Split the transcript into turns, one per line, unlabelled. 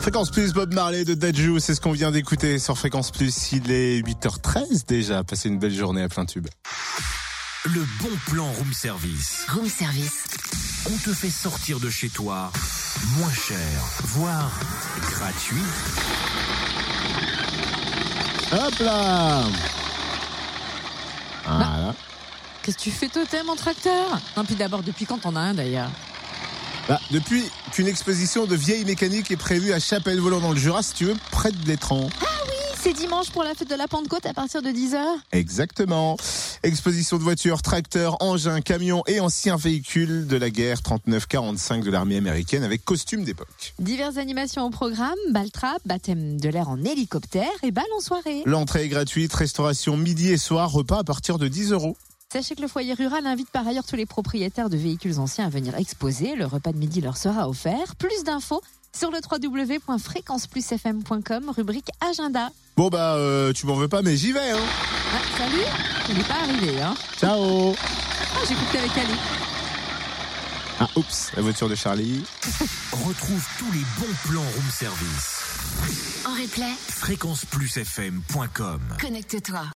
Fréquence Plus, Bob Marley de Dajou, c'est ce qu'on vient d'écouter sur Fréquence Plus. Il est 8h13 déjà. Passez une belle journée à plein tube.
Le bon plan room service.
Room service.
On te fait sortir de chez toi moins cher, voire gratuit.
Hop là Voilà.
Qu'est-ce que tu fais totem en tracteur Non, puis d'abord, depuis quand t'en as un d'ailleurs
Bah, depuis qu'une exposition de vieilles mécaniques est prévue à Chapelle-Volant dans le Jura, si tu veux, près de l'étran.
C'est dimanche pour la fête de la Pentecôte à partir de 10h
Exactement. Exposition de voitures, tracteurs, engins, camions et anciens véhicules de la guerre 39-45 de l'armée américaine avec costume d'époque.
Diverses animations au programme, baltrap, baptême de l'air en hélicoptère et bal en soirée.
L'entrée est gratuite, restauration midi et soir, repas à partir de 10 euros.
Sachez que le foyer rural invite par ailleurs tous les propriétaires de véhicules anciens à venir exposer. Le repas de midi leur sera offert. Plus d'infos sur le www.fréquenceplusfm.com, rubrique agenda.
Bon bah, euh, tu m'en veux pas, mais j'y vais. Hein
Ah, salut Il n'est pas arrivé, hein
Ciao
Ah, j'ai coupé avec Ali.
Ah, oups, la voiture de Charlie.
Retrouve tous les bons plans room service.
En replay,
fréquenceplusfm.com
connecte-toi.